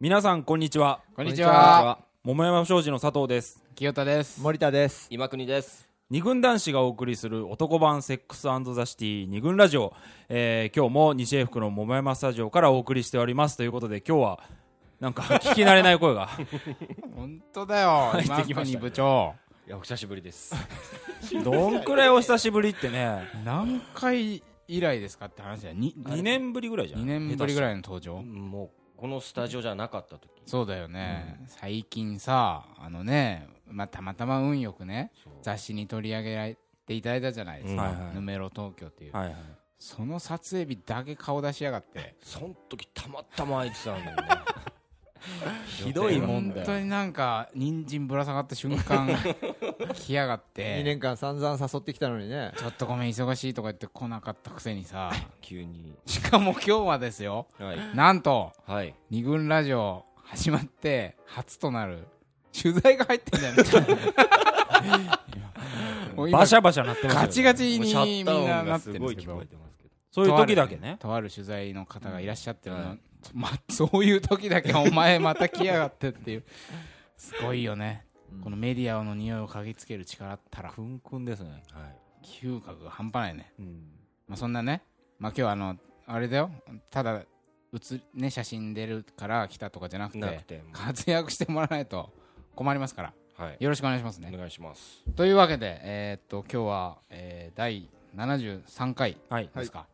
皆さんこんにちはこんにちは。桃山商事の佐藤です清田です。森田です。今国です。二軍男子がお送りする男版セックスザシティ二軍ラジオ、えー、今日も西英福の桃山スタジオからお送りしておりますということで今日はなんか 聞き慣れない声 が本当だよ。入ってきましたね今国部長。いや、お久しぶりです。 どんくらいお久しぶりってね何回以来ですかって話だよ。に2年ぶりぐらいじゃん二年ぶりぐいらいの登場もう、このスタジオじゃなかった時。そうだよね、最近さあのね、まあ、たまたま運よくねそう雑誌に取り上げられていただいたじゃないですかう「んはいはいヌメロ東京」っていう、はいはいその撮影日だけ顔出しやがってそん時たまたま空いてたんだよね。 ひどいもんだ本当よ。になんか人参ぶら下がった瞬 間来やがっ2て年間散々誘ってきたのにね「ちょっとごめん忙しい」とか言って来なかったくせにさ急に。しかも今日はですよはい。なんとはい。二軍ラジオ始まって初となる取材が入ってんじ ゃないもう今バシャバシャなってますよガチガチもうにシャッみんターなな音がってするんでごいすけ聞こどえてますけど。そういう時だけねとある取材の方がいらっしゃってるの、はま、そういう時だけお前また来やがってっていうすごいよね、このメディアの匂いを嗅ぎつける力ったらくんくんですねはい。嗅覚が半端ないね、うんまあ、そんなね、まあ、今日はあのあれだよただ写りね写真出るから来たとかじゃなくてなくて。活躍してもらわないと困りますからはい。よろしくお願いしますおね願いします。というわけで、えーっと今日は、えー第73回はいですか、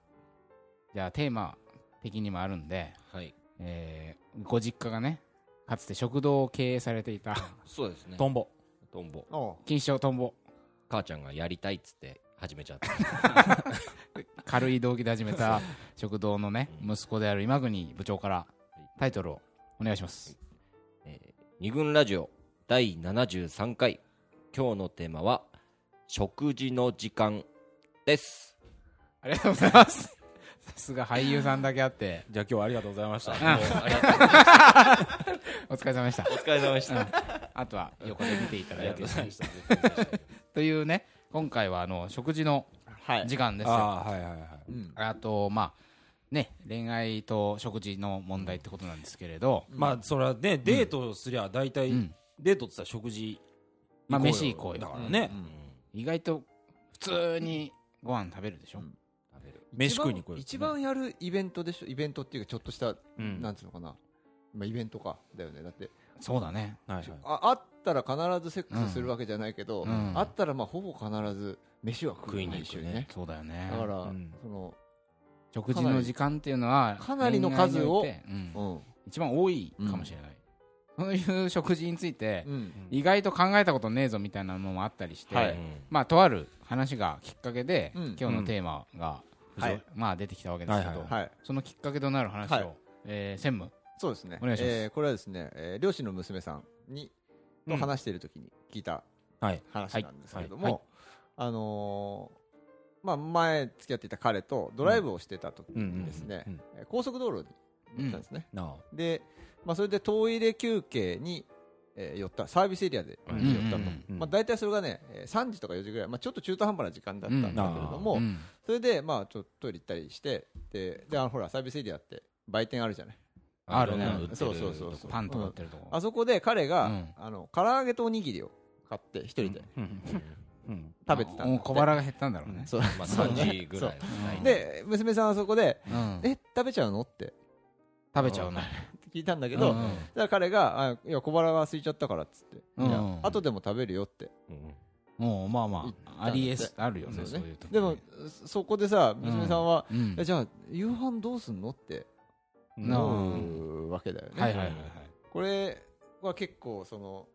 じゃあテーマ的にもあるんで、はい。えーご実家がねかつて食堂を経営されていた そうですね。トンボトンボ。おう錦糸町とんぼ母ちゃんがやりたいっつって始めちゃった。 軽い動機で始めた食堂のねうん息子である今国部長からいタイトルをお願いします二軍ラジオ第73回。今日のテーマは、食事の時間です。ありがとうございますさすが俳優さんだけあってじゃあ今日はありがとうございましたあありがとうお疲れ様でしたお疲れ様でした。あとは横で見ていたあだりいがとてうございました。というね今回はあの食事のはい時間ですよああはいはいはいうんあとまあね恋愛と食事の問題ってことなんですけれど、まあそれはねデートすりゃ大体、うんデートって言ったら食事まあよ飯行こうよだからね、意外と普通にご飯食べるでしょ、うん食べる。飯食いに行こうよ一番一番やるイベントでしょイベントっていうかちょっとしたうんなんつうのかなまあイベントかだよねだってそうだねはいはいああったら必ずセックスするわけじゃないけどうんあったらまあほぼ必ず飯は食いに一緒にねそうだよねだからうんその食事の時間っていうのはかなりの数恋愛におをいてうんうん一番多いかもしれない、そういう食事について、うん意外と考えたことねえぞみたいなのもあったりして、はいまあとある話がきっかけで、うん今日のテーマが、うんはいまあ出てきたわけですけど、はいはいはいそのきっかけとなる話を、はいえー専務そうですねお願いしますえーこれはですねえー両親の娘さんにと話している時に聞いたはい話なんですけれどはいはも、あのーまあ前付き合っていた彼とドライブをしてた時にですね、うんえー高速道路に行ったんですね。なあで、まあそれでトイレ休憩に、えー寄った、サービスエリアで、うんえー寄ったうと。んまあ大体それがね、えー3時とか4時ぐらい、まあちょっと中途半端な時間だったんだけれども、うんそれでまあちょっとトイレ行ったりして、で、であのほらサービスエリアって売店あるじゃない。あるねそうそうそうそうパンとか売ってるとこ、あそこで彼が、うんあの、唐揚げとおにぎりを買って一人でうんうん食べてたんだってもう小腹が減ったんだろうね、そうまあ3時ぐらいうんで、娘さんはそこで、うんえ、食べちゃうのって食べちゃうな聞いたんだけけど、うんだから彼が、あいや、小腹が空いちゃったからっつって、うんいや後でも食べるよって。うんもうまあまあありえすあるよねそうそねういう時でも、そそこでさ、娘さんは、うんうんえじゃあ、夕飯どうすんのってうんなあ思うわけだよね。はいはいはいはいこれは結構、その、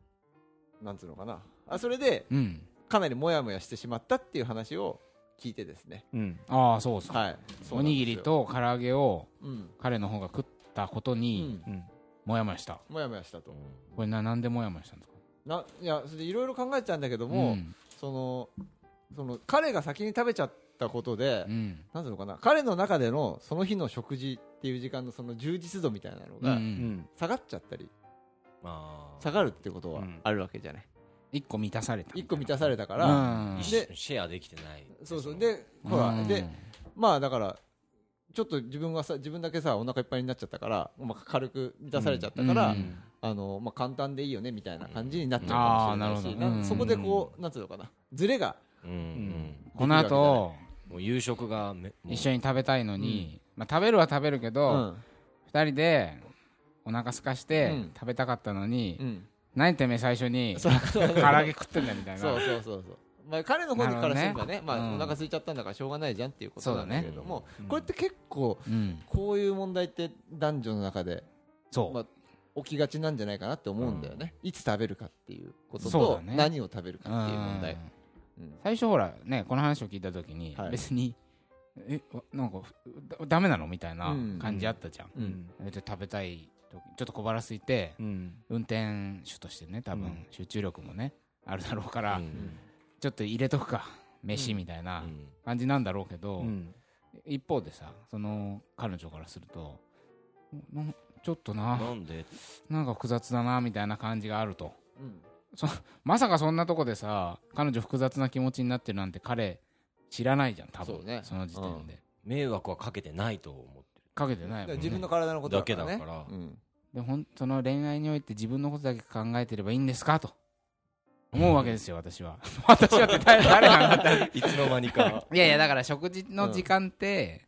なんつうのかな。あ、それで、うんかなりもやもやしてしまったっていう話を聞いてですね。うんああそうそうはい。おにぎり、と唐揚げをうん。彼の方が食ったことうにん。うんもやもやしたもやもやしたと。これななんでもやもやしたんですかないや、それでいろいろ考えてたんだけども、んその、その、彼が先に食べちゃったことで、うんなんていうのかな、彼の中でのその日の食事っていう時間のその充実度みたいなのうがん下がっちゃったり、まあ下がるってことはうんあるわけじゃない。一個満たされた一個満たされたかたら、うん一緒シェアできてないそうそう、ので、ほら、うんで、まあだから、ちょっと自分がさ自分だけさお腹いっぱいになっちゃったから、まあ、軽く満たされちゃったから、うんあのまあ、簡単でいいよねみたいな感じになっちゃうかもしれないし、うんあーなるほどなんそこでこうなんつうのかなズレがうんうんこの後もう夕食がめもう一緒に食べたいのに、まあ、食べるは食べるけうど、ん二人でお腹空かしてうん食べたかったのに、うん、何てめえ最初に唐揚げ食ってんだみたいなそうそうそうそう。まあ、彼の方にからすればねなるほどねまあ、うおん腹空いちゃったんだからしょうがないじゃんっていうことなんだけれども、うんこれって結構うんこういう問題って男女の中でそう、まあ起きがちなんじゃないかなって思うんだよね、いつ食べるかっていうことそうだと、ね何を食べるかっていう問題うん、うん最初ほらねこの話を聞いた時に、はい別にえわなんかふだダメなのみたいなうん感じあったじゃん、うんえっと食べたい時ちょっと小腹空いてうん運転手としてね多分、うん集中力もねあるだろうから、うんちょっと入れとくか飯みたいなうん感じなんだろうけうど、ん一方でさその彼女からするとなちょっとななんでなんか複雑だなみたいな感じがあるとうんまさかそんなとこでさ彼女複雑な気持ちになってるなんて彼知らないじゃん多分そうねの時点で、迷惑はかけてないと思っかけてないもん、だからね、自分の体のことだから、ね、だけだからうんでほんその恋愛において自分のことだけ考えてればいいんですかと思うわけですよ私は 私はって誰誰なんだっててるいつの間 にかいやいやだから食事の時間って、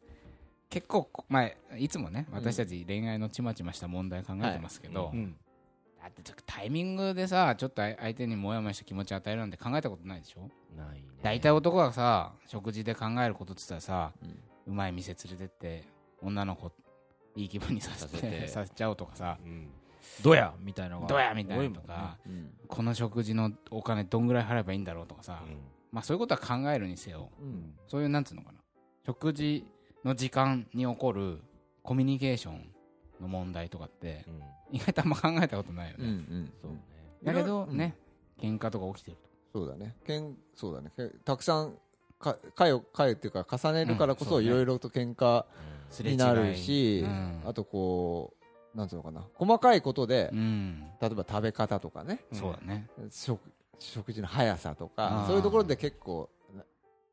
結構こまあいつもねん私たち恋愛のちまちました問題考えてますけど、はうんだってちょっとタイミングでさちょっとあい相手にモヤモヤした気持ちを与えるなんて考えたことないでしょないね大体男がさ食事で考えることって言ったらさ、うんうまい店連れてって女の子いい気分にさせてさせてさせちゃおうとかさうんどやみたいなのがどうやみたいなのとか、うんこの食事のお金どんぐらい払えばいいんだろうとかさ、まあそういうことは考えるにせようんそういうなんつうのかな食事の時間に起こるコミュニケーションの問題とかってうん意外とあんま考えたことないようんうね、んそうねだけどうんね、喧嘩とか起きてるとそうだねけんそうだねけんたくさんか回を回っていうか重ねるからこうんそそういねろいろと喧嘩すれ違いになるし、うんあとこうなんつうのかな細かいことで、うん、例えば食べ方とかねそうだね食食事の速さとあかーそういうところで結構な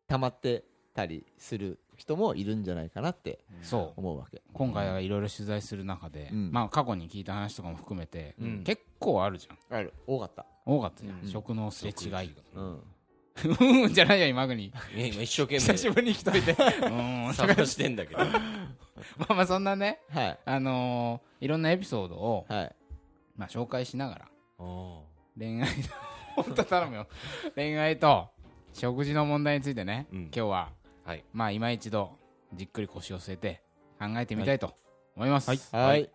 溜まってたりする人もいるんじゃないかなってそう思うわけ今回はいろいろ取材する中で、うんまあ過去に聞いた話とかも含めて、うん結構あるじゃんある多かった多かったじゃん、うん食のすれ違いうんうん うんじゃないよ今国いや今一生懸久し命ぶりに来といてうーん探してんだけど まあまあそんなねはいあのーいろんなエピソードを、はいまあ、紹介しながらあ恋愛の 本当頼むよ恋愛と食事の問題についてね、うん今日は、はいまあ今一度じっくり腰を据えて考えてみたいと思います、はい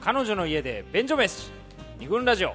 彼女の家で便所飯二軍ラジオ